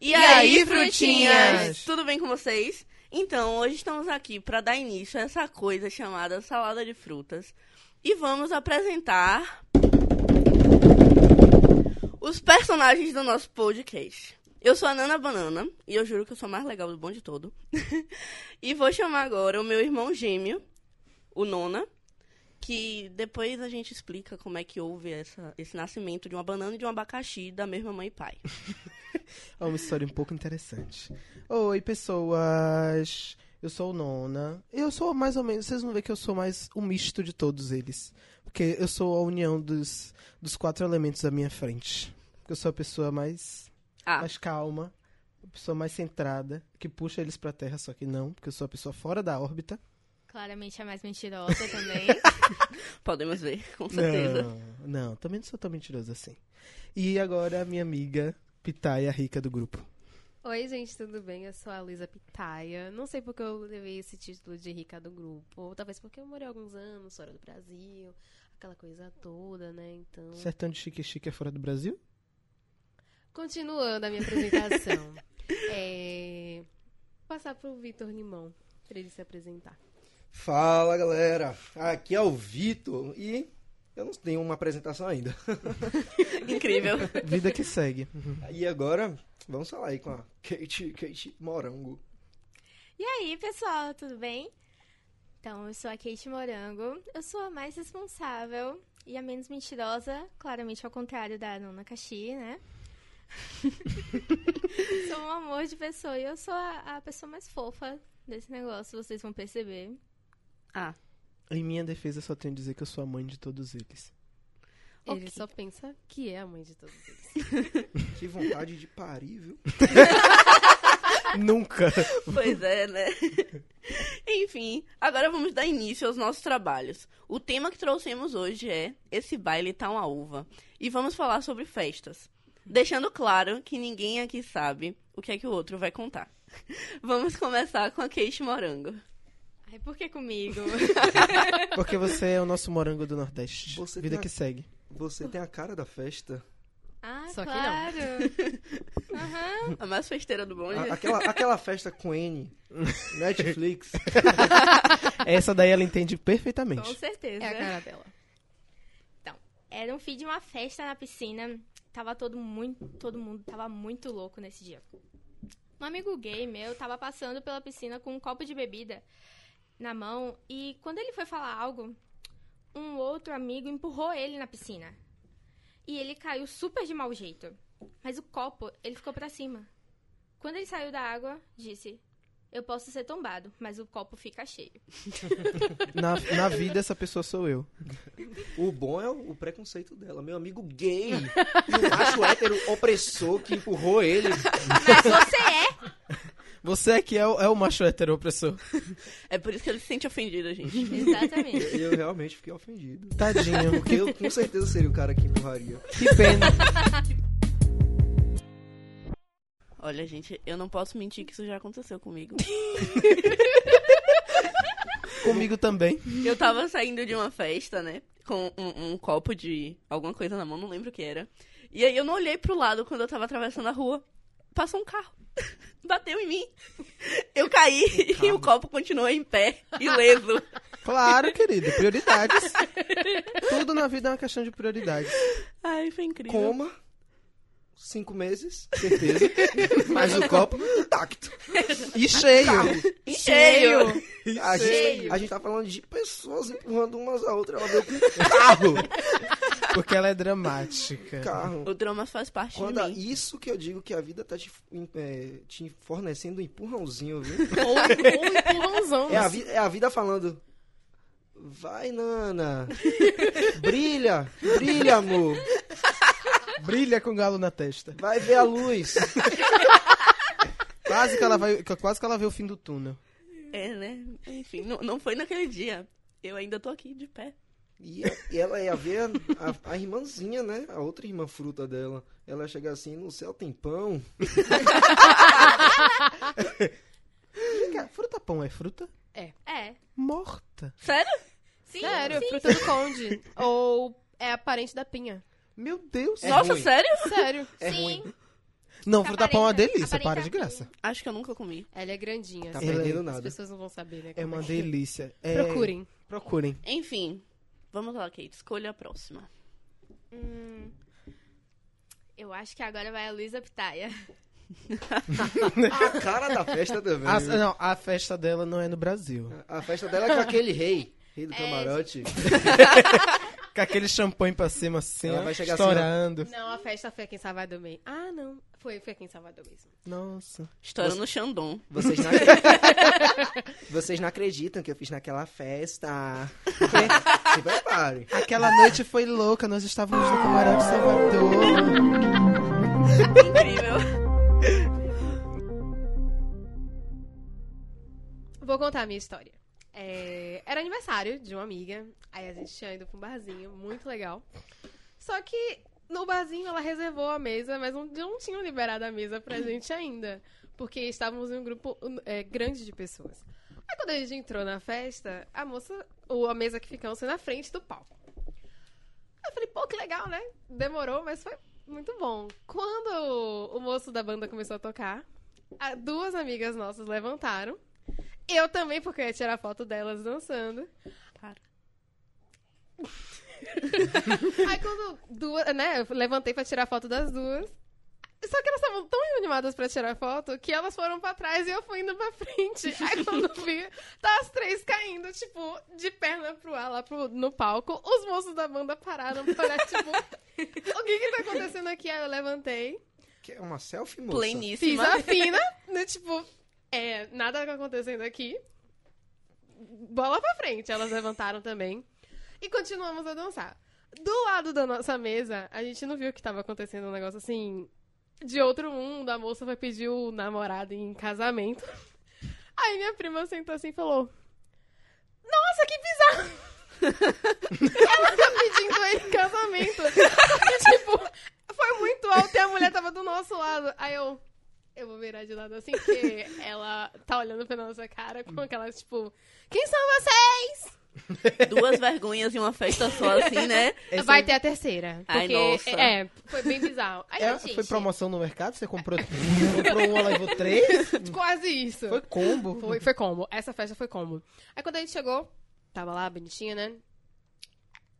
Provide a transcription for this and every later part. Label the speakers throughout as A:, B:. A: E,
B: aí, frutinhas?
A: Tudo bem com vocês? Então, hoje estamos aqui para dar início a essa coisa chamada salada de frutas. E vamos apresentar os personagens do nosso podcast. Eu sou a Nana Banana, e eu juro que eu sou a mais legal do bonde todo. e vou chamar agora o meu irmão gêmeo, o Nona, que depois a gente explica como é que houve essa- esse nascimento de uma banana e de um abacaxi da mesma mãe e pai.
B: É uma história um pouco interessante. Oi, pessoas. Eu sou o Nona. Eu sou mais ou menos. Vocês vão ver que eu sou mais um misto de todos eles. Porque eu sou a união dos, dos quatro elementos da minha frente. Eu sou a pessoa mais,
A: Ah.
B: mais calma, a pessoa mais centrada, que puxa eles pra terra, só que não, porque eu sou a pessoa fora da órbita.
C: Claramente a mais mentirosa também.
A: Podemos ver, com certeza.
B: Não, não, também não sou tão mentiroso assim. E agora a minha amiga Pitaia Rica do grupo.
D: Oi, gente, tudo bem? Eu sou a Luísa Pitaia. Não sei porque eu levei esse título de rica do grupo. Ou talvez porque eu morei alguns anos fora do Brasil, aquela coisa toda, né? Então.
B: Sertão de Chique Chique é fora do Brasil?
D: Continuando a minha apresentação. é... Passar pro Vitor Limão, pra ele se apresentar.
E: Fala galera, aqui é o Vitor e eu não tenho uma apresentação ainda. É.
A: Incrível.
B: Vida que segue.
E: E agora vamos falar aí com a Kate, Kate Morango.
C: e aí, pessoal, tudo bem? Então, eu sou a Kate Morango. Eu sou a mais responsável e a menos mentirosa, claramente ao contrário da Nuna Kashi, né? sou um amor de pessoa e eu sou a, a pessoa mais fofa desse negócio, vocês vão perceber.
A: Ah,
B: Em minha defesa, só tenho a dizer que eu sou a mãe de todos eles.
A: Ok.
D: Ele só pensa que é a mãe de todos eles.
E: Que vontade de parir, viu?
B: Nunca!
A: pois é, né? Enfim, agora vamos dar início aos nossos trabalhos. O tema que trouxemos hoje é Esse baile tá uma uva. E vamos falar sobre festas. Deixando claro que ninguém aqui sabe o que é que o outro vai contar. Vamos começar com a Kate Morango.
C: Ai, por que comigo?
B: Porque você é o nosso morango do Nordeste.
E: Você tá
B: Vida
E: tem a-
B: que segue.
E: Você tem a cara da festa.
C: ah,
D: Só que não.
C: claro! Aham.
A: A mais festeira do bonde.
E: A- aquela, aquela festa com N, Netflix.
B: Essa daí ela entende perfeitamente.
C: Com certeza.
D: É a cara dela.
C: Era um fim de uma festa na piscina. Tava todo muito, todo mundo tava muito louco nesse dia. Um amigo gay meu tava passando pela piscina com um copo de bebida na mão e quando ele foi falar algo, um outro amigo empurrou ele na piscina. E ele caiu super de mau jeito. Mas o copo, ele ficou pra cima. Quando ele saiu da água, disse: "Eu posso ser tombado, mas o copo fica cheio".
B: Na, na vida, essa pessoa sou eu.
E: O bom é o, o preconceito dela. Meu amigo gay, o macho hétero opressor que empurrou ele.
C: Mas você é
B: Você aqui é o, é o macho hétero opressor.
A: É por isso que ele se sente ofendido, gente.
C: Exatamente.
E: Eu realmente fiquei ofendido.
B: Tadinho.
E: Porque eu com certeza seria o cara que empurraria.
B: Que pena.
A: Olha, gente, eu não posso mentir que isso já aconteceu comigo.
B: Comigo também.
A: Eu tava saindo de uma festa, né? Com um, um copo de alguma coisa na mão, não lembro o que era. E aí eu não olhei pro lado quando eu tava atravessando a rua. Passou um carro. Bateu em mim. Eu caí e o copo continuou em pé, ileso.
B: Claro, querido. Prioridades. Tudo na vida é uma questão de prioridades.
A: Ai, foi incrível.
E: Coma, cinco meses, certeza. Mas o copo intacto.
B: E cheio.
A: Cheio.
E: A gente,
D: Cheio.
E: a gente tá falando de pessoas empurrando umas a outra. Ela veio com carro.
B: Porque ela é dramática.
E: carro.
A: O drama faz parte
E: Quando a-
A: de mim.
E: isso que eu digo que a vida tá te, em- é, te fornecendo um empurrãozinho, viu?
D: Ou, ou empurrãozão.
E: É a, vi- é a vida falando. Vai, Nana. Brilha. Brilha, amor.
B: Brilha com galo na testa.
E: Vai ver a luz.
B: Quase que ela, vai, quase que ela vê o fim do túnel.
A: É, né? Enfim, não, não foi naquele dia. Eu ainda tô aqui de pé.
E: E, a- e ela ia ver a, a- a irmãzinha, né? A outra irmã fruta dela. Ela chega assim, no céu tem pão.
B: Vem cá, Fruta pão é fruta
C: É.
B: morta.
A: Sério?
C: Sim.
D: Sério, fruta do conde. Ou é a parente da pinha.
B: Meu Deus!
E: É
A: Nossa,
E: ruim.
A: sério?
D: Sério.
E: É
C: Sim.
E: ruim.
B: Não, fruta pão é uma
C: Aparenta-
B: delícia, para de
C: aparenta-
B: graça.
A: Acho que eu nunca comi.
D: Ela é grandinha.
E: Tá
D: assim,
E: perdendo
D: as
E: nada.
D: pessoas não vão saber, né?
B: É
D: como
B: uma
D: que-
B: delícia. É-
D: Procurem.
B: Procurem.
A: Enfim, vamos lá, Kate. Escolha a próxima.
C: Hum, eu acho que agora vai a Luísa Pitaia.
E: A cara da festa também.
B: A, não, a festa dela não é no Brasil.
E: A, a festa dela é com aquele rei. Rei do
C: É,
E: camarote.
B: Com aquele champanhe pra cima, assim,
E: Ela
B: ó,
E: vai chegar assim, ó.
B: estourando.
D: Não, a festa foi aqui em Salvador mesmo. Ah, não. Foi, foi aqui em Salvador mesmo.
B: Nossa.
A: Estourando no Xandon.
E: Vocês não, acre- Vocês não acreditam que eu fiz naquela festa. Se preparem.
B: Aquela noite foi louca, nós estávamos no camarote Salvador.
A: Incrível.
D: Vou contar a minha história. É, era aniversário de uma amiga. Aí a gente tinha ido pra um barzinho, muito legal. Só que no barzinho ela reservou a mesa, mas não, não tinham liberado a mesa pra gente ainda. Porque estávamos em um grupo um, é, grande de pessoas. Aí quando a gente entrou na festa, a moça, ou a mesa que ficamos foi na frente do palco. Aí Eu falei, pô, que legal, né? Demorou, mas foi muito bom. Quando o moço da banda começou a tocar, a- duas amigas nossas levantaram. Eu também, porque eu ia tirar foto delas dançando.
A: Para.
D: Aí quando duas, né, eu levantei pra tirar foto das duas. Só que elas estavam tão animadas pra tirar foto que elas foram pra trás e eu fui indo pra frente. Aí quando eu vi, tá as três caindo, tipo, de perna pro ar lá pro, no palco. Os moços da banda pararam pra olhar, tipo, o que que tá acontecendo aqui? Aí eu levantei,
E: Quer é uma selfie, moça?
D: fiz
A: Pleníssima.
D: a fina, né, tipo, é, nada acontecendo aqui. Bola pra frente, elas levantaram também. E continuamos a dançar. Do lado da nossa mesa, a gente não viu que tava acontecendo um negócio assim. De outro mundo, a moça vai pedir o namorado em casamento. Aí minha prima sentou assim e falou: Nossa, que bizarro! Ela tá pedindo ele em casamento. Só que, tipo, foi muito alto e a mulher tava do nosso lado. Aí eu. Eu vou virar de lado assim, porque ela tá olhando pra nossa cara
A: Hum.
D: com aquela, tipo, quem são vocês?
A: Duas vergonhas em uma festa só, assim, né?
D: Vai ter a terceira. Porque,
A: Ai, nossa.
D: É, foi bem bizarro. Aí,
B: É,
D: gente,
B: foi promoção no mercado? Você comprou, comprou um, ela levou três?
A: É
D: quase isso.
B: Foi combo.
D: Foi, foi combo. Essa festa foi combo. Aí quando a gente chegou, tava lá, bonitinha, né?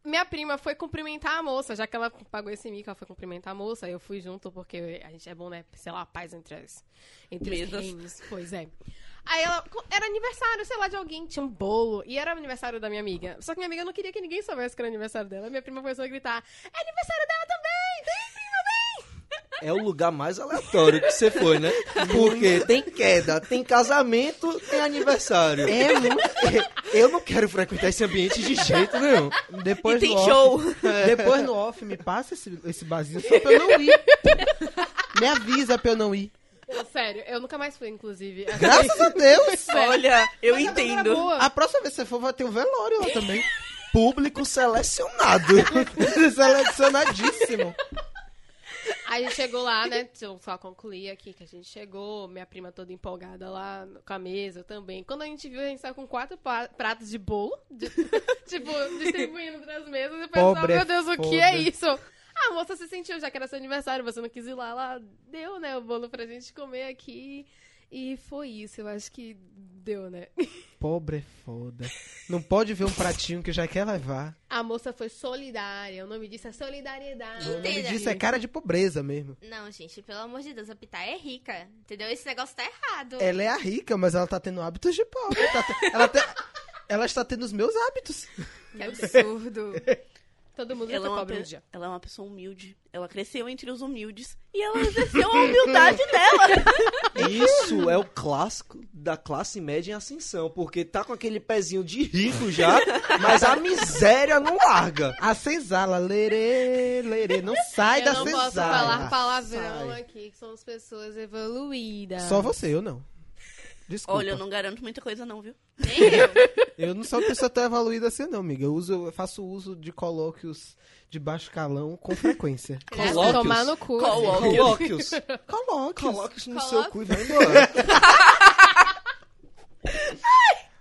D: Minha prima foi cumprimentar a moça, já que ela pagou esse mico, ela foi cumprimentar a moça, eu fui junto, porque a gente é bom, né? Sei lá, paz entre as entre os
A: Mesas.
D: reinos. Pois é. Aí ela. Era aniversário, sei lá, de alguém, tinha um bolo. E era aniversário da minha amiga. Só que minha amiga não queria que ninguém soubesse que era aniversário dela. Minha prima começou a gritar: É aniversário dela também! Vem, prima, vem!
E: É o lugar mais aleatório que você foi, né? Porque tem queda, tem casamento, tem aniversário. É Eu não quero frequentar esse ambiente de jeito nenhum.
B: Depois
A: e tem
B: no off-
A: show.
B: Depois no off, me passa esse, esse barzinho só pra eu não ir. Me avisa pra eu não ir.
D: Pô, sério, eu nunca mais fui, inclusive.
B: Graças a Deus.
A: Olha, eu
D: Mas a banda era
A: entendo.
D: boa.
B: A próxima vez que você for, vai ter um velório lá também.
E: Público selecionado.
B: Selecionadíssimo.
D: Aí a gente chegou lá, né? Deixa eu só concluir aqui que a gente chegou, minha prima toda empolgada lá no- com a mesa eu também. Quando a gente viu, a gente saiu com quatro pa- pratos de bolo, de- tipo, distribuindo pras mesas. E o pessoal,
B: Pobre é
D: meu Deus, o que é
B: foda."
D: isso? A moça se sentiu, já que era seu aniversário, você não quis ir lá, ela deu, né, o bolo pra gente comer aqui. E foi isso, eu acho que deu, né?
B: Pobre é foda. Não pode ver um pratinho que já quer levar.
D: A moça foi solidária, o nome disso é solidariedade.
B: O nome
C: Entenda.
B: disso é cara de pobreza mesmo.
C: Não, gente, pelo amor de Deus, a Pitaia é rica, entendeu? Esse negócio tá errado.
B: Ela é a rica, mas ela tá tendo hábitos de pobre. Tá te- ela, te- ela está tendo os meus hábitos.
D: Que absurdo. Todo mundo já
A: Ela é,
D: foi
A: uma
D: pobre um
A: pe-
D: dia.
A: ela é uma pessoa humilde. Ela cresceu entre os humildes e ela exerceu a humildade dela.
E: Isso é o clássico da classe média em ascensão, porque tá com aquele pezinho de rico já, mas a miséria não larga.
B: A senzala, lerê, lerê. Não sai
D: eu
B: da
D: não
B: senzala.
D: posso falar palavrão
B: Sai.
D: aqui, que somos pessoas evoluídas.
B: Só você, eu não. Desculpa.
A: Olha, eu não garanto muita coisa, não, viu?
C: Nem eu.
B: Eu não sou uma pessoa tão evoluída assim, não, amiga. Eu, uso, eu faço uso de colóquios de baixo calão com frequência.
D: Aliás,
E: Colóquios.
D: Tomar no cu. assim,
A: Coló- Colóquios.
E: Colóquios.
B: Colóquios.
E: Colóquios no
C: Colóquios.
E: seu cu e vai embora.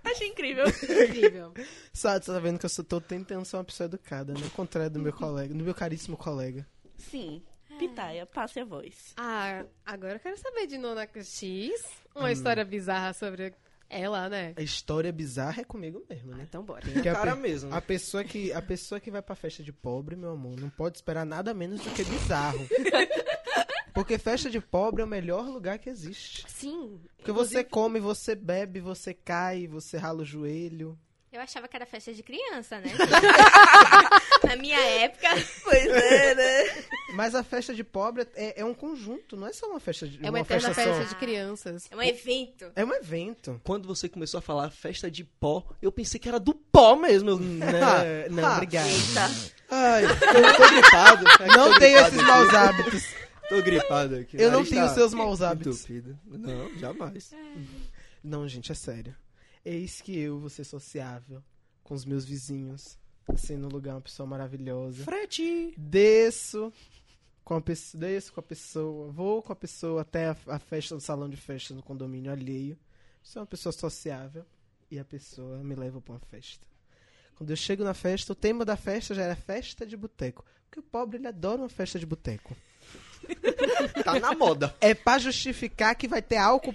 A: Achei incrível.
D: Incrível.
B: Sabe, você tá vendo que eu sou, tô tentando ser uma pessoa educada, né? Ao contrário do meu colega, do meu caríssimo colega.
A: Sim. Pitaia, passe a voz.
D: Ah, agora eu quero saber de Nona X. Uma
B: Hum.
D: história bizarra sobre ela, né?
B: A história bizarra é comigo mesmo, né?
D: Então bora.
B: Porque a,
E: cara
B: pe-
E: mesmo.
B: a pessoa que, a pessoa que vai pra festa de pobre, meu amor, não pode esperar nada menos do que bizarro. Porque festa de pobre é o melhor lugar que existe.
D: Sim.
B: Porque você come, você bebe, você cai, você rala o joelho.
C: Eu achava que era festa de criança, né? Na minha época.
A: Pois é, né?
B: Mas a festa de pobre é, é um conjunto, não é só uma festa de
D: É uma, eterna
B: festa,
D: festa,
B: só.
D: de crianças.
C: É um evento.
B: É um evento.
E: Quando você começou a falar festa de pó, eu pensei que era do pó mesmo. Eu-
B: Hum, Não, não,
E: Ah,
B: obrigado.
A: Eita.
E: Ai, eu tô gripado. É que
B: Não
E: tô
B: tenho
E: gripado
B: esses
E: aqui.
B: maus hábitos.
E: Tô gripado aqui.
B: Eu não
E: Nariz
B: tenho
E: tá
B: seus maus hábitos.
E: entupido. Não, jamais.
B: Não, gente, é sério. Eis que eu vou ser sociável com os meus vizinhos. Assim, no lugar, uma pessoa maravilhosa.
E: Frete!
B: Desço com a, pesso- desço com a pessoa, vou com a pessoa até a, a festa do salão de festa no condomínio alheio. Sou uma pessoa sociável e a pessoa me leva pra uma festa. Quando eu chego na festa, o tema da festa já era festa de boteco. Porque o pobre, ele adora uma festa de boteco.
E: Tá na moda.
B: É pra justificar que vai ter álcool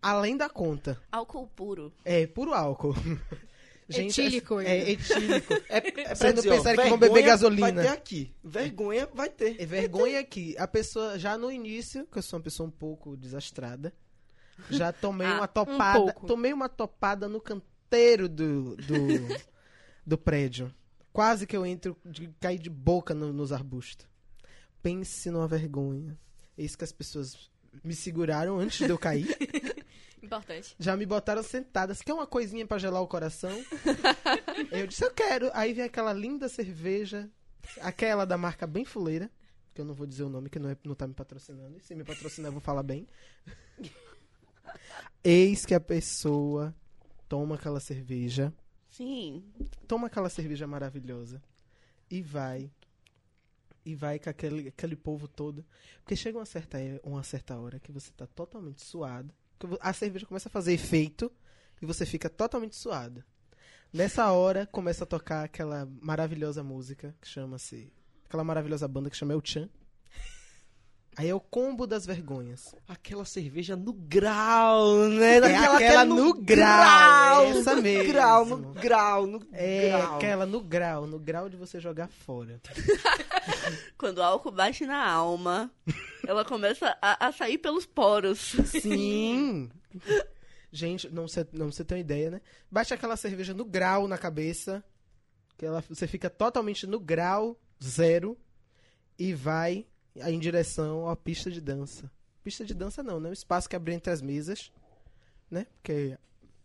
B: além da conta.
A: Álcool puro.
B: É, puro álcool.
D: Etílico
B: É,
D: ainda.
B: é etílico.
E: É, é
B: Pra não
E: ó,
B: pensarem que vão
E: vergonha
B: beber gasolina.
E: Vai ter aqui. Vergonha vai ter.
B: É vergonha que a pessoa, já no início, que eu sou uma pessoa um pouco desastrada, já tomei
A: Ah,
B: uma
A: um
B: topada.
D: pouco.
B: tomei uma topada no canteiro do, do, do prédio. Quase que eu entro de cair de boca no- nos arbustos. Pense numa vergonha. Eis que as pessoas me seguraram antes de eu cair.
C: Importante.
B: Já me botaram sentadas. Quer uma coisinha pra gelar o coração? eu disse, eu quero. Aí vem aquela linda cerveja, aquela da marca bem fuleira, que eu não vou dizer o nome, que não, é, não tá me patrocinando. E se me patrocinar, eu vou falar bem. Eis que a pessoa toma aquela cerveja,
A: Sim.
B: toma aquela cerveja maravilhosa e vai. E vai com aquele, aquele povo todo. Porque chega uma certa, uma certa hora que você tá totalmente suado. que vo- A cerveja começa a fazer efeito e você fica totalmente suado. Nessa hora começa a tocar aquela maravilhosa música que chama-se. Aquela maravilhosa banda que chama El Chan. Aí é o combo das vergonhas.
E: Aquela cerveja no grau, né? Daquela que
B: aquela
E: é
B: no grau,
E: grau.
B: essa
E: no
B: mesmo.
E: grau, no grau, no
B: É
E: grau.
B: aquela no grau, no grau de você jogar fora.
A: Quando o álcool bate na alma, ela começa a, a sair pelos poros.
B: Sim! Gente, não você não cê tem uma ideia, né? Bate aquela cerveja no grau na cabeça, que ela, você fica totalmente no grau zero e vai em direção à pista de dança. Pista de dança não, né? Um espaço que abriu entre as mesas, né? Porque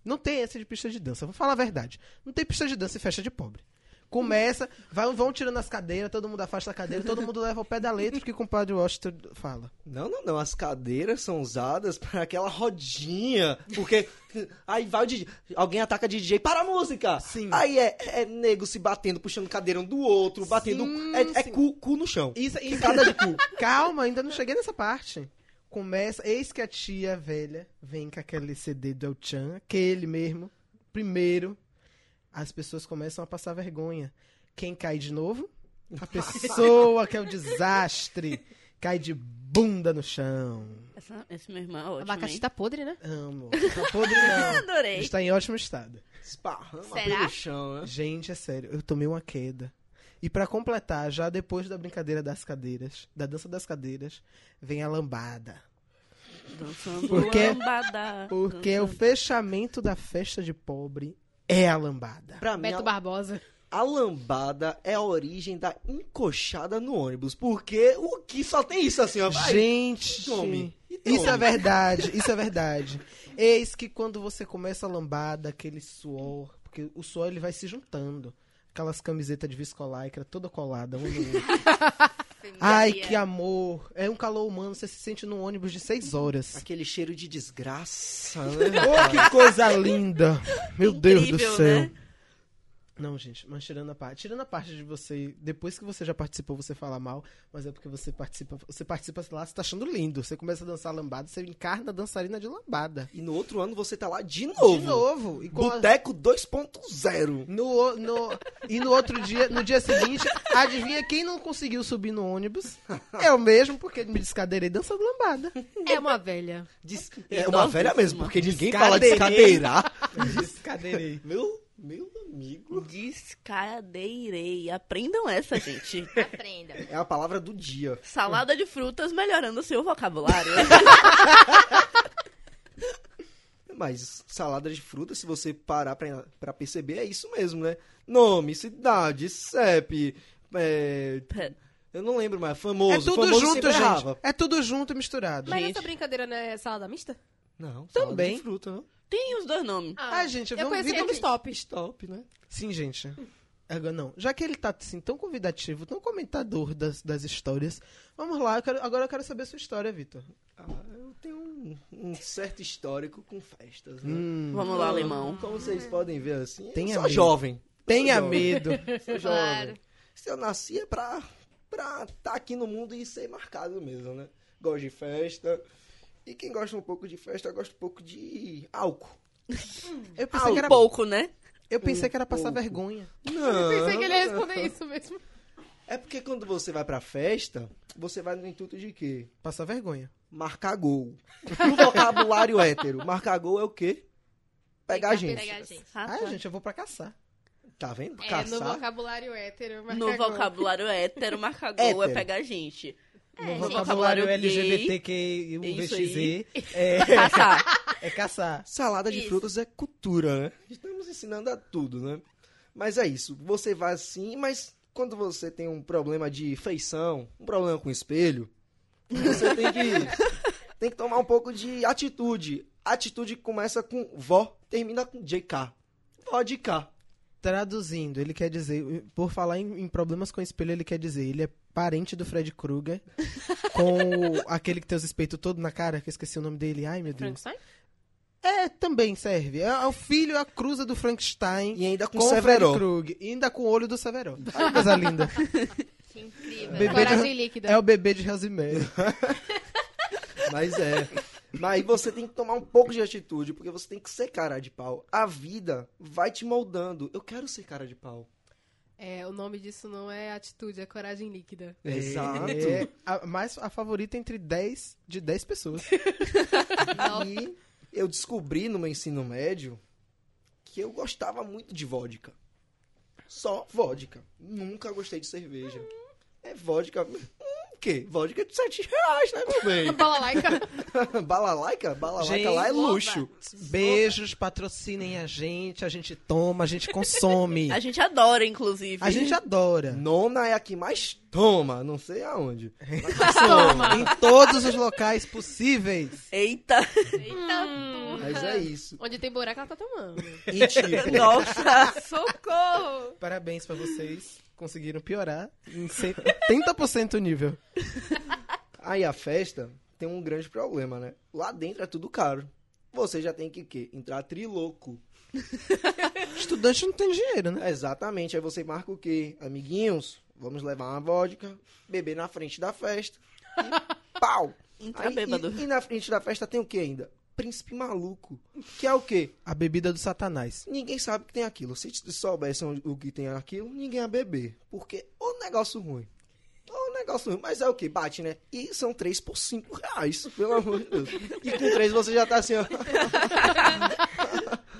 B: não tem essa de pista de dança, vou falar a verdade. Não tem pista de dança e festa de pobre. Começa, vai, vão tirando as cadeiras, todo mundo afasta a cadeira, todo mundo leva o pé da letra, que o compadre Washington fala.
E: Não, não, não. As cadeiras são usadas para aquela rodinha. Porque aí vai o DJ. Alguém ataca DJ para a música.
B: Sim.
E: Aí é, é nego se batendo, puxando cadeira um do outro, batendo.
B: Sim,
E: é é
B: sim.
E: cu, cu no chão.
B: Isso, isso cada de cu. Calma, ainda não cheguei nessa parte. Começa, eis que a tia velha vem com aquele CD do El Chan, aquele mesmo, primeiro. As pessoas começam a passar vergonha. Quem cai de novo? A pessoa que é o desastre. Cai de bunda no chão.
A: Essa- esse meu irmão é ótimo.
D: Abacaxi
A: hein?
D: tá podre, né?
B: Amo. Tá podre, não.
A: Adorei.
B: Está em ótimo estado.
E: Esparrama
C: Será?
E: pelo chão, né?
B: Gente, é sério, eu tomei uma queda. E pra completar, já depois da brincadeira das cadeiras, da dança das cadeiras, vem a lambada.
A: Dançando
B: Porque-
A: lambada.
B: Porque o fechamento da festa de pobre é a lambada.
E: Pra mim,
D: Beto
E: a,
D: Barbosa.
E: a lambada é a origem da encoxada no ônibus. Porque o que só tem isso assim, ó. Vai,
B: Gente,
E: tome. E tome.
B: isso é verdade, isso é verdade. Eis que quando você começa a lambada, aquele suor, porque o suor ele vai se juntando. Aquelas camisetas de viscolaicra toda colada, um no outro. Ai, que amor. É um calor humano, você se sente num ônibus de seis horas.
E: Aquele cheiro de desgraça, né?
B: Oh, que coisa linda! Meu Deus do
A: Incrível,
B: céu.
A: né?
B: Não, gente, mas tirando a parte, tirando a parte de você, depois que você já participou, você fala mal, mas é porque você participa, você participa lá, você tá achando lindo, você começa a dançar lambada, você encarna a dançarina de lambada.
E: E no outro ano você tá lá de novo.
B: De novo. E com a-
E: Boteco 2.0.
B: no, o- no- e no outro dia, no dia seguinte, adivinha quem não conseguiu subir no ônibus? Eu mesmo, porque me descadeirei dançando lambada.
D: É uma velha.
E: Des- É uma velha mesmo, porque ninguém fala
B: Descadeirei.
E: descadeirar.
B: Descadeirei.
E: Meu, meu amigo.
A: Descadeirei. Aprendam essa, gente.
C: Aprenda.
E: É a palavra do dia.
A: Salada de frutas melhorando o seu vocabulário.
E: Mas salada de fruta, se você parar pra, pra perceber, é isso mesmo, né? Nome, cidade, CEP. é, eu não lembro mais. Famoso.
B: É tudo
E: famoso
B: junto,
E: sempre
B: gente.
E: errava.
B: É tudo junto e misturado.
D: Mas
A: Gente.
D: essa brincadeira não é salada mista?
E: Não, Também.
B: Também.
E: de fruta, não.
A: Tem os dois nomes.
B: Ah, gente,
D: eu
B: vamos
D: conheci
B: vir
D: como stop.
E: Stop, né?
B: Sim, gente. Agora não. Já que ele tá assim, tão convidativo, tão comentador das, das histórias, vamos lá. eu quero- agora eu quero saber a sua história, Vitor.
E: Ah, eu tenho um, um certo histórico com festas, né?
A: Vamos lá, alemão.
E: Como vocês podem ver, assim,
B: Tenha
E: eu sou
B: medo.
E: jovem.
B: Tenha
E: Jovem.
B: medo.
E: Sou
C: Claro.
E: jovem. Se eu nasci é pra estar aqui no mundo e ser marcado mesmo, né? Gosto de festa. E quem gosta um pouco de festa, gosta um pouco de álcool.
B: Eu
A: Ah,
B: pensei, que, era,
A: pouco, né?
B: eu pensei
E: um
B: que era passar
E: pouco.
B: vergonha.
E: Não.
D: Eu pensei que ele ia responder isso mesmo.
E: É porque quando você vai pra festa, você vai no intuito de quê?
B: Passar vergonha.
E: Marcar gol. No vocabulário hétero, marcar gol é o quê? Pegar a gente.
C: Pegar gente.
A: Ah,
B: Ah,
A: tá.
B: gente, eu vou pra caçar.
E: Tá vendo?
C: É,
D: No
E: Caçar.
D: vocabulário hétero.
A: No
D: macacão.
A: vocabulário hétero, marcar gol é
E: Hétero.
A: pegar gente.
C: É, gente.
A: vocabulário isso aí.
B: LGBTQIVXZ é,
A: Caçar.
B: é caçar.
E: Salada de
C: Isso.
E: frutas é cultura, né? Estamos ensinando a tudo, né? Mas é isso. Você vai assim, mas quando você tem um problema de feição, um problema com espelho, você tem que, tem que tomar um pouco de atitude. Atitude começa com vó, termina com JK. Vó de cá.
B: Traduzindo, ele quer dizer, por falar em, em problemas com espelho, ele quer dizer, ele é parente do Fred Krueger, com o- aquele que tem os espeitos todo na cara, que eu esqueci o nome dele. Ai, meu Deus.
D: Frankenstein?
B: É, também serve. É, é o filho, é a cruza do Frankenstein.
E: E ainda com,
B: Com o Fred
E: Severo.
B: Krueger. E ainda com o olho do Severo. Ai, coisa linda.
C: Que incrível.
B: Bebê de-
D: Coragem líquida.
B: É o bebê de Rosemary.
E: Mas é. Mas você tem que tomar um pouco de atitude, porque você tem que ser cara de pau. A vida vai te moldando. Eu quero ser cara de pau.
D: É, o nome disso não é atitude, é coragem líquida.
E: Exato.
B: É a, mais a favorita entre 10 de 10 pessoas.
C: Nossa.
E: E eu descobri no meu ensino médio que eu gostava muito de vodka. Só vodka. Nunca gostei de cerveja. É vodka. Hum, o quê? Vodka é de 7 reais, né, meu
D: Bola laica.
E: bem? Balalaica? Balalaica
B: Gente,
E: lá é
C: oba.
E: luxo.
B: Beijos, patrocinem a gente, a gente toma, a gente consome.
A: A gente adora, inclusive.
B: A gente adora.
E: Nona é a que mais toma, não sei aonde.
B: Em todos os locais possíveis.
A: Eita.
C: Eita,
E: Mas é isso.
D: Onde tem buraco, ela tá tomando.
E: E tipo,
A: Nossa.
D: Socorro!
B: Parabéns pra vocês. Conseguiram piorar em 70% o nível.
E: Aí a festa tem um grande problema, né? Lá dentro é tudo caro. Você já tem que quê? Entrar triloco.
B: Estudante não tem dinheiro, né?
E: Exatamente. Aí você marca o quê? Amiguinhos, vamos levar uma vodka, beber na frente da festa. E pau!
A: Entra
E: Aí,
A: bêbado.
E: e, e na frente da festa tem o quê ainda? Príncipe maluco. Que é o quê?
B: A bebida do satanás.
E: Ninguém sabe o que tem aquilo. Se t- soubessem onde- o que tem aquilo, ninguém ia beber. Porque o negócio ruim. O negócio ruim. Mas é o que? Bate, né? E são três por cinco reais, pelo amor de Deus. E com três você já tá assim, ó.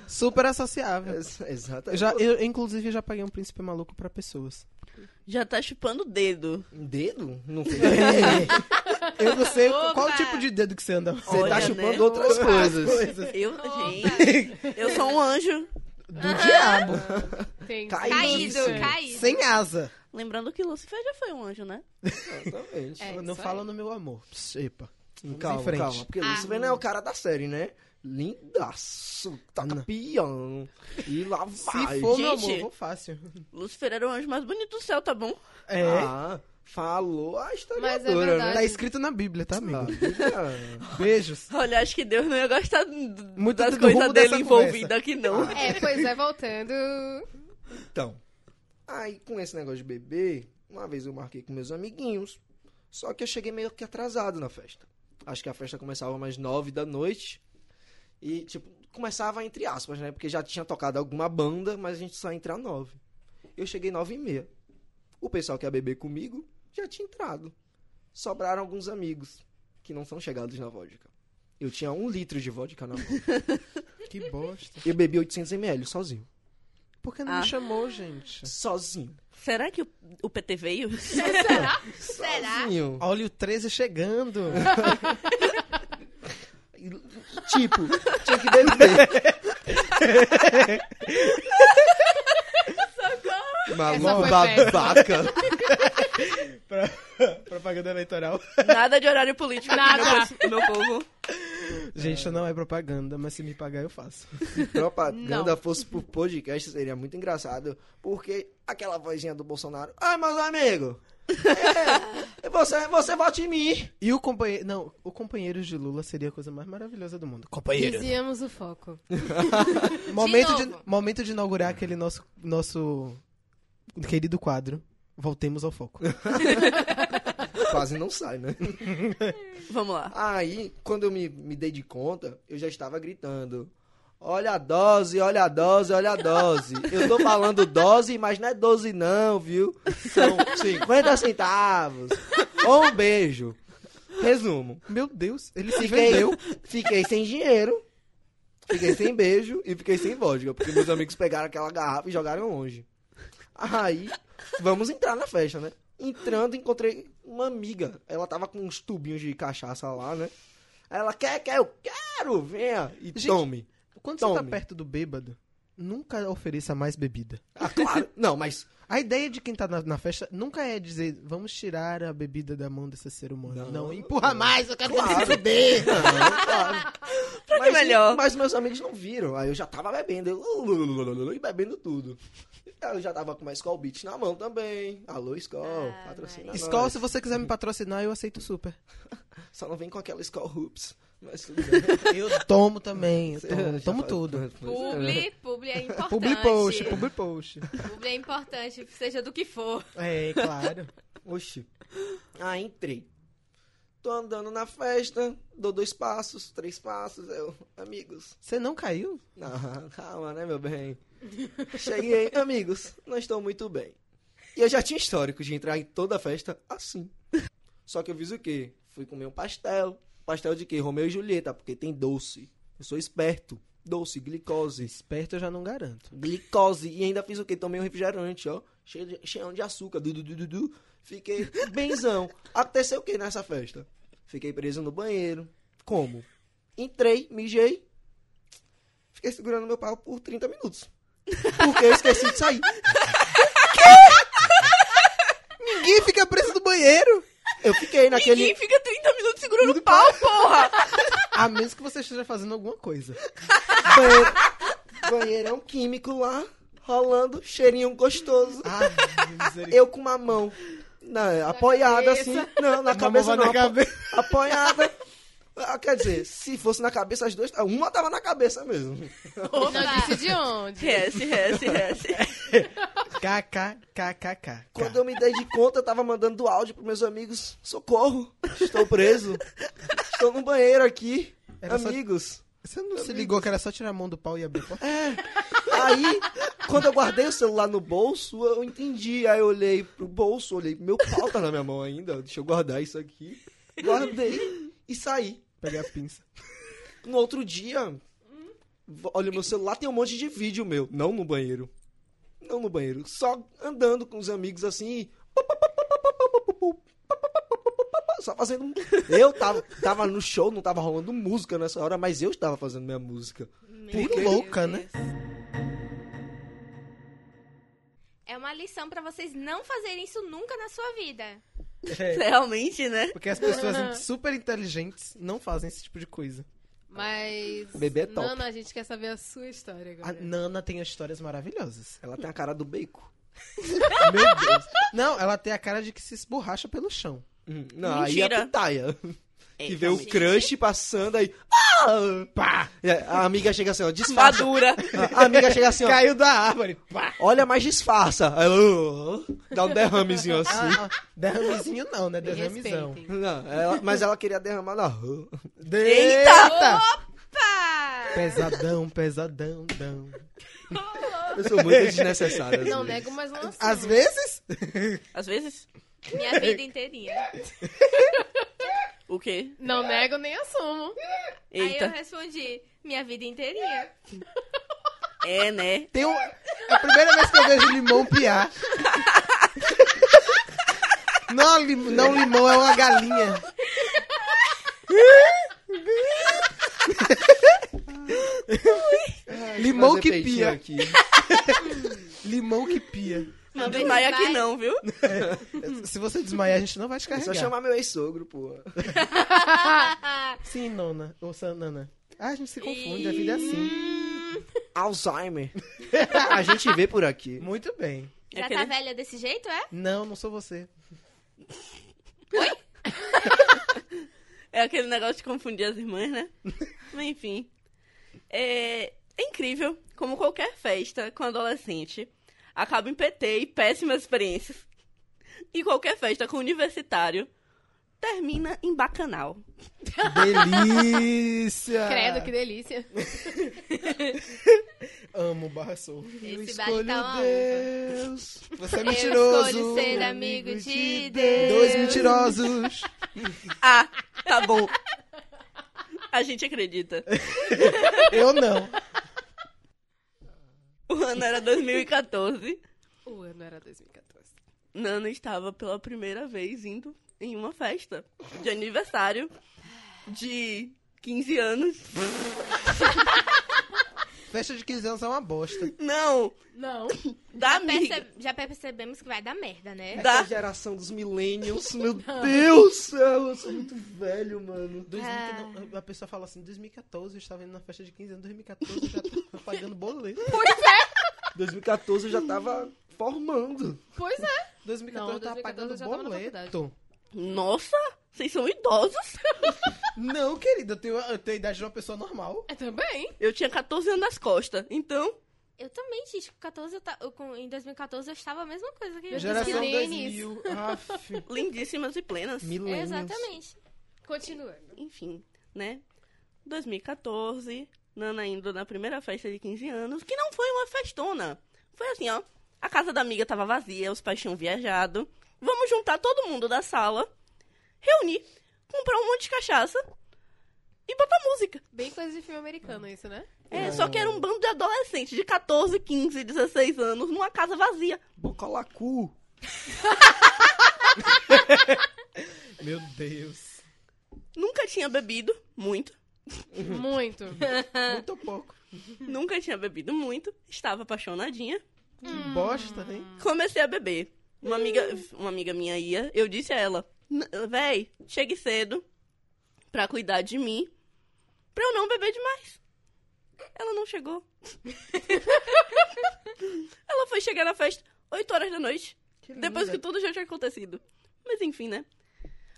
B: Super associável.
E: Ex- Exatamente.
B: Já, eu, inclusive, já paguei um príncipe maluco pra pessoas.
A: Já tá chupando o dedo.
E: Um dedo? Não sei.
B: Eu não sei
C: Opa!
B: qual tipo de dedo que você anda.
E: Você
A: Olha,
E: tá
A: né?
E: chupando outras coisas.
A: Eu, gente, eu sou um anjo.
B: Do diabo.
D: Tem
C: Tá
E: Caído.
C: Caído,
E: Isso.
C: caído.
B: Sem asa.
A: Lembrando que Lucifer já foi um anjo, né?
E: Exatamente.
D: É,
B: não
D: isso
B: fala
D: aí.
B: no meu amor. Epa. Vamos
E: calma,
B: em frente.
E: calma. Porque
C: Ah.
E: Lucifer não é o cara da série, né? Lindaço,
B: Não.
E: toca piano e lá vai.
B: Se for, meu
A: Gente.
B: amor, vou fácil.
A: Lucifer era o anjo mais bonito do céu, tá bom?
B: É.
E: Ah, falou a historiadora,
D: Mas é verdade.
E: né?
B: Tá escrito na Bíblia, tá, amigo?
E: Ah,
B: Beijos.
A: Olha, acho que Deus não ia gostar d-
B: Muito
A: das
B: do rumo
A: coisas
B: dessa
A: dele
B: conversa. Ah.
A: envolvidas aqui, não.
D: É, pois é, voltando.
E: Então, aí com esse negócio de beber, uma vez eu marquei com meus amiguinhos, só que eu cheguei meio que atrasado na festa. Acho que a festa começava umas nove da noite e, tipo, começava entre aspas, né? Porque já tinha tocado alguma banda, mas a gente só entra às nove. Eu cheguei nove e meia. O pessoal que ia beber comigo já tinha entrado. Sobraram alguns amigos que não são chegados na vodka. Eu tinha um litro de vodka na mão.
B: Que bosta.
E: Eu bebi 800ml sozinho.
B: Por que não
A: Ah.
B: me chamou, gente?
E: Sozinho.
A: Será que o, o PT veio?
C: Será? Será?
E: Sozinho.
B: Olha o 13 chegando.
E: Tipo, tinha que beber. Maluco
D: Essa foi
E: babaca.
B: Propaganda eleitoral.
A: Nada de horário político aqui,
D: Nada.
A: meu, meu povo.
B: Gente, não é propaganda, mas se me pagar, eu faço.
E: Se propaganda fosse por podcast, seria muito engraçado. Porque aquela vozinha do Bolsonaro. "Ah, Ai, meus amigos! é, você, você vota em mim!
B: E o companheiro. Não, o companheiro de Lula seria a coisa mais maravilhosa do mundo. Companheiro.
D: Desviamos o foco.
B: Momento de,
C: novo.
B: momento de inaugurar aquele nosso, nosso querido quadro. Voltemos ao foco.
E: Quase não sai, né?
A: Vamos lá.
E: Aí, quando eu me, me dei de conta, eu já estava gritando. Olha a dose, olha a dose, olha a dose. Eu tô falando dose, mas não é 12 não, viu? São 50 centavos. Ou um beijo. Resumo.
B: Meu Deus, ele se
E: Fiquei,
B: vendeu.
E: fiquei sem dinheiro, fiquei sem beijo e fiquei sem vodka, porque meus amigos pegaram aquela garrafa e jogaram longe. Aí, vamos entrar na festa, né? Entrando, encontrei uma amiga. Ela tava com uns tubinhos de cachaça lá, né? Aí Ela quer, quer, eu quero, venha e
B: Gente-
E: tome.
B: Quando você tá
E: Tome.
B: perto do bêbado, nunca ofereça mais bebida.
E: Ah, claro. Não, mas.
B: A ideia de quem tá na, na festa nunca é dizer, vamos tirar a bebida da mão desse ser humano. Não,
E: Não.
B: empurra mais, eu quero
E: Claro. Não, claro.
A: Tá Pra que melhor?
E: Mas meus amigos não viram. Aí eu já tava bebendo. eu- E bebendo tudo. Eu já tava com uma Skol Beach na mão também. Alô, Skol.
C: Ah,
E: patrocina nós.
B: Escola, se você quiser me patrocinar, eu aceito super.
E: Só não vem com aquela Skol Hoops. Mas tudo bem.
B: Eu tomo também, eu
E: Já
B: tomo, tomo
E: fa-
B: tudo.
C: Publi, publi é importante.
B: Publi post, publi post.
C: Publi é importante, seja do que for.
B: É, claro.
E: Oxi. Ah, entrei. Tô andando na festa, dou dois passos, três passos, eu, amigos.
B: Você não caiu?
E: Ah, calma, né, meu bem? Cheguei, amigos, não estou muito bem. E eu já tinha histórico de entrar em toda festa assim. Só que eu fiz o quê? Fui comer um pastel. Pastel de quê? Romeu e Julieta, porque tem doce. Eu sou esperto. Doce, glicose.
B: Esperto eu já não garanto.
E: glicose. E ainda fiz o quê? Tomei um refrigerante, ó. Cheio de, cheio de açúcar. Du, du, du, du, du. Fiquei benzão. Aconteceu o que nessa festa? Fiquei preso no banheiro. Como? Entrei, mijei. Fiquei segurando meu pau por 30 minutos. Porque eu esqueci de sair.
B: Ninguém fica preso no banheiro!
E: Eu fiquei naquele.
A: Ninguém fica 30 minutos segurando o pau, porra!
B: A menos que você esteja fazendo alguma coisa.
E: banheiro, banheirão químico lá, rolando, cheirinho gostoso.
B: Ah,
E: Eu com uma mão na- apoiada
D: cabeça.
E: assim. Não, na cabeça não.
B: na
E: apo-
B: cabeça.
E: apanhada. Ah, Quer dizer, se fosse na cabeça as duas, ah, uma tava na cabeça mesmo.
D: Não disse de onde.
A: RS, RS, RS.
B: KKKKK.
E: Quando eu me dei de conta, eu tava mandando áudio pros meus amigos: socorro, estou preso, estou no banheiro aqui,
B: Era só-
E: amigos.
B: Você não se ligou que era só tirar a mão do pau e abrir a porta?
E: Aí, quando eu guardei o celular no bolso, eu entendi. Aí eu olhei pro bolso, olhei, meu pau tá na minha mão ainda, deixa eu guardar isso aqui. Guardei e saí.
B: Peguei a pinça.
E: No outro dia, vo- olha o meu celular, tem um monte de vídeo meu. Não no banheiro. Não no banheiro. Só andando com os amigos assim. Só fazendo. Eu tava, tava no show, não tava rolando música nessa hora, mas eu estava fazendo minha música.
B: Que louca, né?
C: É uma lição pra vocês não fazerem isso nunca na sua vida.
A: Realmente, né?
B: Porque as pessoas super inteligentes não fazem esse tipo de coisa.
D: Mas.
E: Bebê é top.
D: Nana, a gente quer saber a sua história
B: A
D: agora.
B: Nana tem histórias maravilhosas.
E: Ela tem a cara do bacon.
B: Meu Deus. Não, ela tem a cara de que se esborracha pelo chão.
E: Hum, Não, aí é
A: Mentira.
E: pitaia.
A: É,
E: que vê o
A: realmente.
E: crush passando aí. Ah! Pá! É, A amiga chega assim, ó, disfarça.
A: Madura.
E: A amiga chega assim, ó,
B: Caiu da árvore. Pá.
E: olha, mas disfarça. Aí ela "Oh", dá um derramezinho assim.
B: Ah, ah, derramezinho não, né?
F: Me
B: Derramezão.
F: respeitem.
E: Não, ela- mas ela queria derramar na rua.
A: Eita!
D: Pá!
B: Pesadão, pesadão, dão.
E: Eu sou muito desnecessária. às
D: Não né?
E: vezes.
D: nego, mas não
B: Às vezes,
A: Às vezes,
C: Minha vida inteirinha.
A: o quê?
D: Não nego nem assumo.
C: Aí eu
A: Eita.
C: respondi, minha vida inteirinha.
A: É, né?
B: tem um... É a primeira vez que eu vejo limão piar. Não, é um lim- não é um limão, é uma galinha. limão
E: Fazer
B: que
E: peitinho
B: pia.
E: Aqui.
B: Limão que pia.
A: Não
C: vez
A: desmaia
C: vai.
A: aqui não, viu?
B: Se você desmaiar, a gente não vai te
E: É só
B: carregar.
E: chamar meu ex-sogro, pô.
B: Sim, nona. Ou sanana. Ah, a gente se confunde, a vida é assim.
E: Alzheimer. A gente vê por aqui.
B: Muito bem.
A: É
C: Já tá
A: aquele-
C: velha desse jeito, é?
B: Não, não sou você.
A: É aquele negócio de confundir as irmãs, né? Mas, Enfim. É... é incrível como qualquer festa com adolescente acaba em PT e péssimas experiências. E qualquer festa com universitário termina em bacanal.
B: Delícia!
D: Credo, que delícia.
B: Amo Barra Soul.
C: Esse
B: Eu
C: baile
B: escolho
C: tá uma
B: Deus. Você é
C: Eu
B: mentiroso.
C: escolho ser amigo de
B: Dois
C: Deus.
B: mentirosos.
A: Ah, tá bom. A gente acredita.
B: Eu não.
A: O ano era 2014.
D: O ano era 2014.
A: Nana estava pela primeira vez indo em uma festa de aniversário de 15 anos.
B: Festa de 15 anos é uma bosta.
A: Não,
D: Não.
A: da amiga.
C: Perce- já percebemos que vai dar merda, né?
A: Dá.
E: Essa geração dos millennials, meu Deus do céu, eu sou muito velho, mano.
B: 2000,
C: Ah.
B: não, A pessoa fala assim, 2014, eu estava indo na festa de 15 anos, 2014 eu já tava pagando boleto.
E: 2014 eu já tava formando.
D: Pois é.
B: 2014 eu tava
D: 2014 eu
B: pagando
D: já tava na
B: boleto.
A: Nossa, vocês são idosos.
B: Não, querida, eu tenho, eu tenho a idade de uma pessoa normal.
D: É também.
A: Eu tinha 14 anos nas costas, então...
C: Eu também, gente, com 14 eu ta- eu com- em 2014 eu estava a mesma coisa que eu
D: já era
B: Geração
D: que nem
B: 2000. Aff,
A: Lindíssimas e plenas.
B: millennials.
C: Exatamente.
D: Continuando.
A: Enfim, né? 2014, Nana indo na primeira festa de 15 anos, que não foi uma festona. Foi assim, ó. A casa da amiga tava vazia, os pais tinham viajado. Vamos juntar todo mundo da sala, reunir, comprar um monte de cachaça e botar música.
D: Bem coisa de filme americano isso, né?
A: É, só que era um bando de adolescentes de 14, 15, 16 anos numa casa vazia.
E: Bocolacu.
B: Meu Deus.
A: Nunca tinha bebido muito.
D: Muito.
B: Muito pouco.
A: Nunca tinha bebido muito, estava apaixonadinha.
B: Que bosta, hein?
A: Comecei a beber. Uma amiga, uma amiga minha ia, eu disse a ela: "N- Véi, chegue cedo pra cuidar de mim, pra eu não beber demais. Ela não chegou. ela foi chegar na festa 8 horas da noite, depois que tudo já tinha acontecido. Mas enfim, né?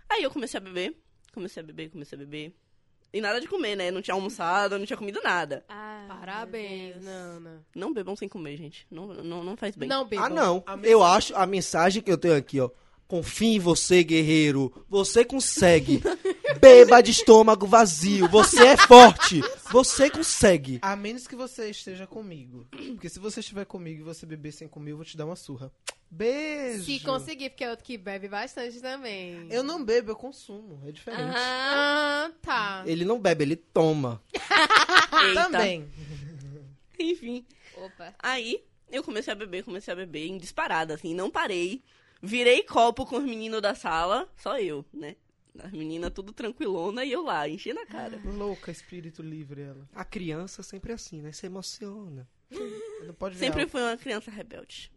A: Aí eu comecei a beber, comecei a beber, comecei a beber. E nada de comer, né? Não tinha almoçado, não tinha comido nada.
C: Ah,
D: Parabéns,
C: meu Deus.
D: Nana.
A: Não bebam sem comer, gente. Não, não, não faz bem.
D: Não, bebam.
E: Ah, não. Eu acho a mensagem que eu tenho aqui, ó. Confie em você, guerreiro. Você consegue. Beba de estômago vazio. Você é forte. Você consegue.
B: A menos que você esteja comigo. Porque se você estiver comigo e você beber sem comer, eu vou te dar uma surra. Beijo!
D: Se conseguir, porque é outro que bebe bastante também.
B: Eu não bebo, eu consumo. É diferente.
C: Aham.
D: Ah, tá.
E: Ele não bebe, ele toma.
A: Eita.
B: Também.
A: Enfim.
C: Opa.
A: Aí eu comecei a beber, comecei a beber em disparada, assim, não parei. Virei copo com os meninos da sala, só eu, né? As meninas tudo tranquilona e eu lá, enchendo a cara.
B: Louca, espírito livre ela.
E: A criança sempre é assim, né? Se emociona.
B: Não pode ver.
A: Sempre
B: ela.
A: fui uma criança rebelde.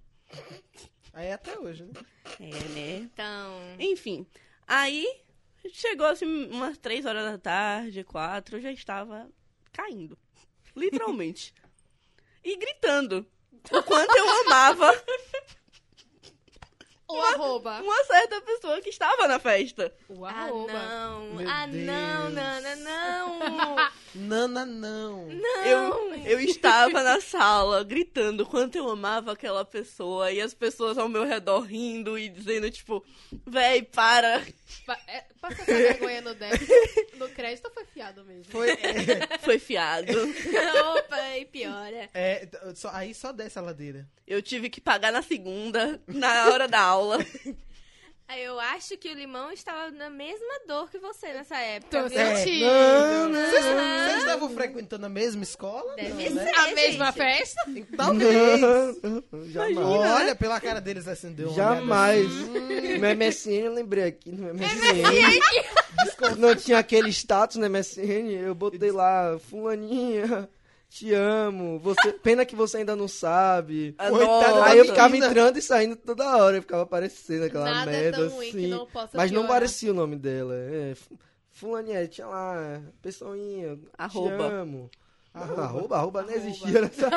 B: Aí até hoje, né?
A: É, né?
C: Então,
A: Enfim, aí chegou assim umas três horas da tarde, quatro, eu já estava caindo. Literalmente. e gritando o quanto eu amava
D: O arroba.
A: Uma certa pessoa que estava na festa.
D: O
C: Ah,
D: arroba.
C: não.
B: Meu
C: ah, não,
B: Deus.
C: Nana, não.
B: Nana, não.
A: Eu, eu estava na sala gritando quanto eu amava aquela pessoa e as pessoas ao meu redor rindo e dizendo, tipo, véi, para.
D: Pa- é, Passou essa vergonha no débito, no crédito ou foi fiado mesmo?
B: Foi. É,
A: Foi fiado.
C: Opa, e piora.
B: é, t- só- aí só desce a ladeira.
A: Eu tive que pagar na segunda, na hora da aula.
C: Aí eu acho que o limão estava na mesma dor que você nessa época.
D: Tô
C: viu?
B: É.
D: sentindo.
B: Vocês vocês estavam frequentando a mesma escola?
C: Deve
B: não, né?
C: ser,
D: É A mesma
C: gente.
D: festa?
B: Talvez.
E: Jamais.
B: Olha, pela cara deles acendeu
E: Jamais. No MSN, eu lembrei aqui no MSN. Discord não tinha aquele status no MSN, eu botei lá, fulaninha, te amo, você, pena que você ainda não sabe.
A: Ah,
B: Coitada
A: nossa.
B: da
E: Aí eu
B: menina.
E: ficava entrando e saindo toda hora, eu ficava aparecendo aquela
D: Nada
E: merda
D: tão ruim que
E: assim.
D: não possa
E: mas não
D: piorar.
E: parecia o nome dela. É, fu- fulaninha, tinha lá, pessoinha,
A: Arroba.
E: te amo. Não,
B: Arroba.
E: Arroba, arroba, não existia né? nessa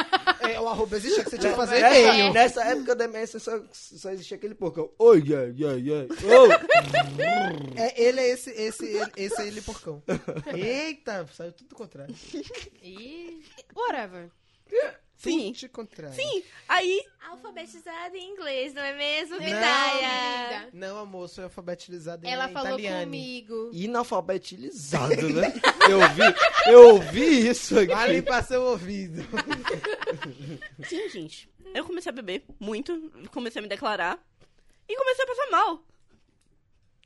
B: É, o arroba existe que você tinha que fazer
E: nessa,
B: e-mail.
E: nessa época da MS só, só existia aquele porcão. Oi, yeah, yeah, yeah. Oh.
B: É, ele é esse, esse, ele- esse é ele porcão. Eita, saiu tudo contrário.
D: Ih, whatever.
A: Sim.
B: Tudo contrário.
A: Sim. Aí,
C: Alfabetizada em inglês, não é mesmo,
B: Não. É,
C: Vidaia?
B: Não, amor, sou alfabetizada em
D: Ela falou
B: italiano.
D: comigo.
E: Inalfabetizado, né? Eu vi, eu vi isso aqui.
B: Vale para seu ouvido.
A: sim, gente. Eu comecei a beber muito, comecei a me declarar e comecei a passar mal.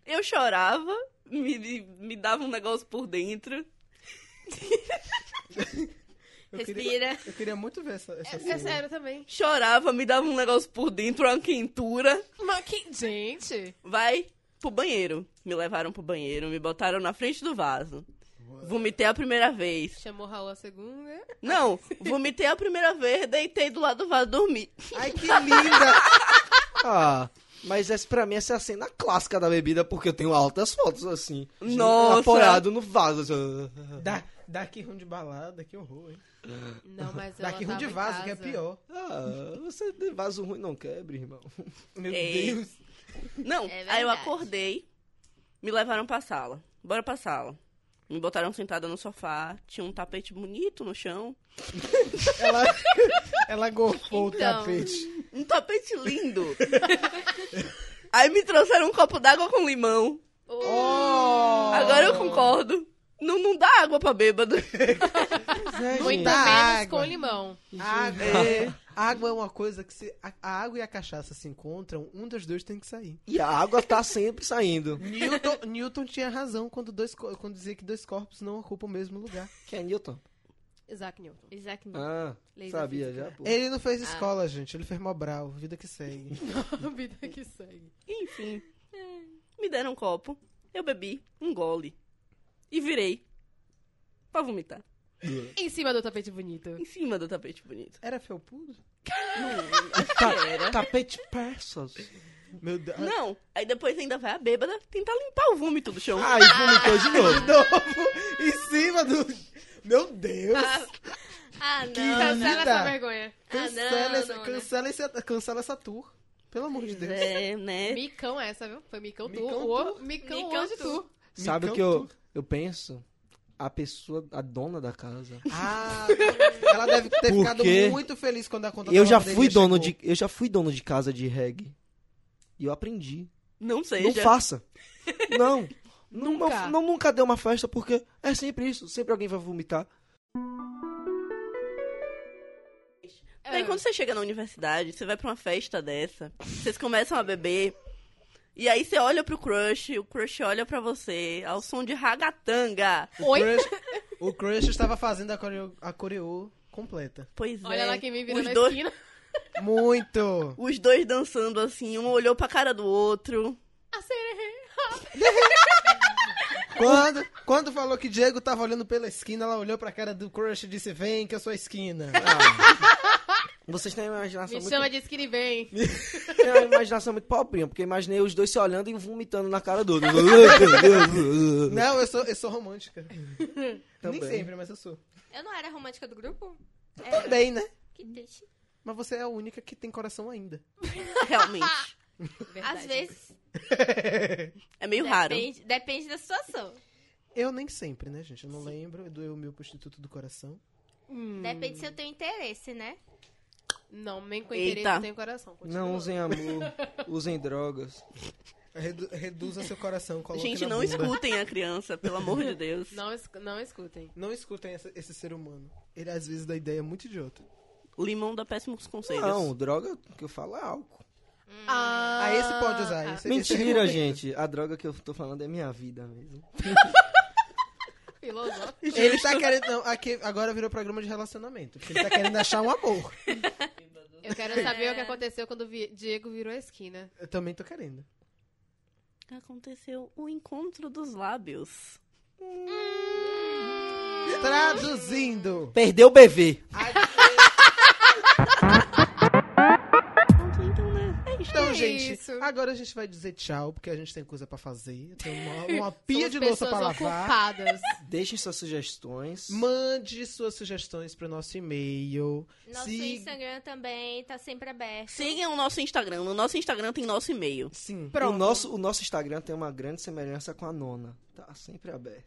A: Eu chorava, me, me- me dava um negócio por dentro.
B: Eu queria,
C: Respira.
B: eu queria muito ver essa, essa
D: É, é
B: cena.
D: sério também.
A: Chorava, me dava um negócio por dentro, uma quentura.
D: Mas que... Gente.
A: Vai pro banheiro. Me levaram pro banheiro, me botaram na frente do vaso. Vomitei a primeira vez.
D: Chamou Raul a segunda.
A: Não, vomitei a primeira vez, deitei do lado do vaso, dormi.
B: Ai, que linda!
E: Ah, mas essa pra mim essa é a cena clássica da bebida, porque eu tenho altas fotos assim. de
A: Nossa.
E: Apoiado no vaso. assim.
B: Dá, dá aqui rum de balada, que horror, hein?
D: Não, mas ela
B: Dá aqui rum
D: tava
B: de
D: em
B: vaso,
D: casa.
B: que é pior.
E: Ah, você tem vaso ruim não quebre, irmão.
B: Meu
A: Ei.
B: Deus.
A: Não,
C: É
A: aí eu
C: verdade.
A: acordei, me levaram pra sala. Bora pra sala. Me botaram sentada no sofá, tinha um tapete bonito no chão.
B: Ela, ela golfou o
C: Então.
B: tapete.
A: Um tapete lindo. aí me trouxeram um copo d'água com limão.
B: Oh!
A: Agora eu concordo. Não, não dá água pra bêbado.
D: Muito
B: Dá
D: menos
B: água.
D: com limão.
B: Água.
A: É.
B: água é uma coisa que se a, a água e a cachaça se encontram, um dos dois tem que sair.
E: E a água tá sempre saindo.
B: Newton, Newton tinha razão quando, dois, co- quando dizia que dois corpos não ocupam o mesmo lugar.
E: Quem é Newton?
D: Isaac Newton.
C: Isaac Newton.
E: Ah,
D: Leis da
E: sabia
D: física.
E: já, pô.
B: Ele não
D: Ah.
B: fez escola, gente. Ele fez Mobral. Vida que segue.
D: Vida que segue.
A: Enfim. Me deram um copo, eu bebi um gole. E virei. Pra vomitar.
D: Em cima do tapete bonito.
A: Em cima do tapete bonito.
B: Era felpudo?
A: Era.
E: Tapete persas.
B: Meu Deus.
A: Não, aí depois ainda vai a bêbada tentar limpar o vômito do chão.
E: Aí vomitou de novo.
B: De novo, em cima do... Meu Deus.
C: Ah,
B: Que-
C: não.
D: Cancela
B: vida.
D: essa vergonha.
C: Ah, não,
B: Cancela, essa,
C: não, né?
B: cancela, esse- cancela essa tour. Pelo amor de Deus.
A: É, né?
D: Micão essa, viu? Foi micão tu.
B: Micão
D: Ô, Micão,
C: Micão
D: hoje
C: tu.
D: tu.
E: Sabe o
B: Me
E: que eu,
B: canto.
E: eu penso? A pessoa, a dona da casa.
B: Ah, ela deve ter
E: Por
B: ficado
E: quê?
B: muito feliz quando a conta
E: Eu
B: da
E: já
B: lavanderia
E: fui dono
B: chegou.
E: de, eu já fui dono de casa de reggae. E eu aprendi.
A: Não
E: Não
A: seja.
E: faça. Não. Não-
D: Nunca.
E: Não, não nunca dê uma festa porque é sempre isso, sempre alguém vai vomitar.
A: Daí
D: É.
A: quando você chega na universidade, você vai pra uma festa dessa, vocês começam a beber, e aí você olha pro crush, o crush olha pra você, ao som de ragatanga.
B: O
D: Oi?
B: Crush, o Crush estava fazendo a coreo, a coreo completa.
A: Pois é.
D: Olha lá quem me virou
A: os
D: na
A: dois,
D: esquina.
B: Muito!
A: Os dois dançando assim, um olhou pra cara do outro.
B: Quando, quando falou que Diego tava olhando pela esquina, ela olhou pra cara do Crush e disse: Vem que eu sou a esquina.
E: Ah. Vocês têm uma imaginação
D: Me
E: muito
D: chama de esquina e vem.
E: têm uma imaginação muito pobrinha, porque imaginei os dois se olhando e um vomitando na cara do outro.
B: Não, eu sou, eu sou romântica.
E: Também.
B: Nem sempre, mas eu sou.
C: Eu não era romântica do grupo? É.
B: Também, né?
C: Que triste.
B: Mas você é a única que tem coração ainda.
A: Realmente.
C: Às vezes,
A: É meio raro.
C: depende, depende da situação.
B: Eu nem sempre, né, gente? Eu não lembro do Eu Meu Prostituto do Coração.
C: Depende se eu tenho interesse, né?
D: Não, nem com
A: Eita.
D: interesse tem coração. Continua.
E: Não usem amor, usem drogas.
B: Redu- reduza seu coração, coloque
A: Gente,
B: na
A: não
B: bunda.
A: escutem a criança, pelo amor de Deus.
D: Não, es- não escutem.
B: Não escutem essa- esse ser humano. Ele às vezes dá ideia muito idiota.
A: Limão dá péssimos conselhos.
E: Não, droga que eu falo é álcool.
D: Ah,
B: Ah, esse pode usar. Esse, esse
E: Mentira,
B: recomendo.
E: gente. A droga que eu tô falando é minha vida mesmo.
D: Filosófico.
B: Ele tá querendo. Não, aqui agora virou programa de relacionamento. Porque ele tá querendo achar um amor.
D: Eu quero saber o que aconteceu quando o Vi- Diego virou a esquina.
B: Eu também tô querendo.
A: Aconteceu o encontro dos lábios.
B: Traduzindo.
E: Perdeu o bebê.
A: Pronto, então, né? É isso.
B: Então,
D: É
B: gente,
D: isso.
B: agora a gente vai dizer tchau, porque a gente tem coisa pra fazer. Tem uma, uma
D: Somos
B: pia de louça pra
D: pessoas
B: lavar.
D: ocupadas.
E: Deixem suas sugestões.
B: Mande suas sugestões pro nosso e-mail.
C: Nosso
B: Sig-
C: Instagram também tá sempre aberto.
A: Sigam o nosso Instagram. No nosso Instagram tem nosso e-mail.
B: Sim.
D: Pronto.
E: O nosso, o nosso Instagram tem uma grande semelhança com a nona. Tá sempre aberto.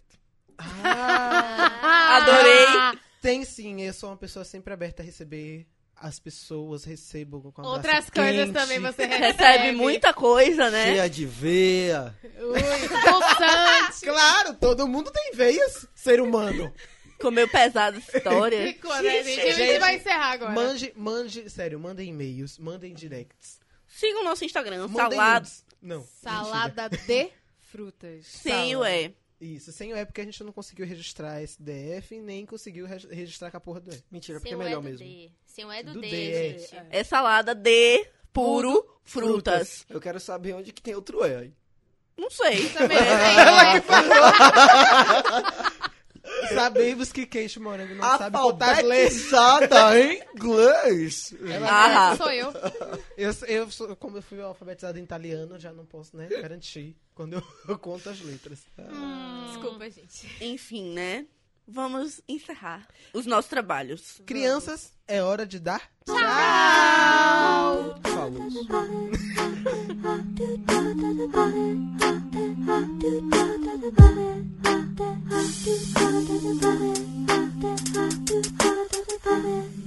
B: Ah,
A: Adorei!
B: tem sim, eu sou uma pessoa sempre aberta a receber as pessoas, recebo com um abraço
D: Outras coisas
B: quente.
D: também você recebe.
A: Recebe muita coisa, né?
E: Cheia de veia.
D: Ui, pulsante.
B: Claro, todo mundo tem veias, ser humano.
A: Comeu pesada história.
D: Ficou, né, gente? A gente
B: Gente,
D: vai encerrar agora.
B: Mande, mande, sério, mandem e-mails, mandem directs.
A: Sigam o nosso Instagram,
B: Mandem
A: salado.
B: nudes. Não. mentira.
D: Salada de frutas.
A: Sem o E.
B: Isso, sem o E porque a gente não conseguiu registrar esse DF nem conseguiu re- registrar com a porra do E.
E: Mentira, porque
C: Sem
E: é
C: o E
E: melhor
C: do
E: mesmo.
C: D. Sem o E do,
B: Do
C: D,
B: D,
C: gente.
A: É salada de puro frutas.
E: Eu quero saber onde que tem outro E aí.
A: Não sei.
D: Também tem.
B: Sabemos que queijo morango não sabe tá. contar letras.
E: Alfabetizada em inglês.
A: Ah,
D: é, Sou eu.
B: Eu, eu sou- como eu fui alfabetizado em italiano, já não posso, né, garantir quando eu, eu conto as letras.
C: Desculpa, gente.
A: enfim, né? Vamos encerrar os nossos trabalhos.
B: Crianças, é hora de dar
E: Falou.
F: Thank you.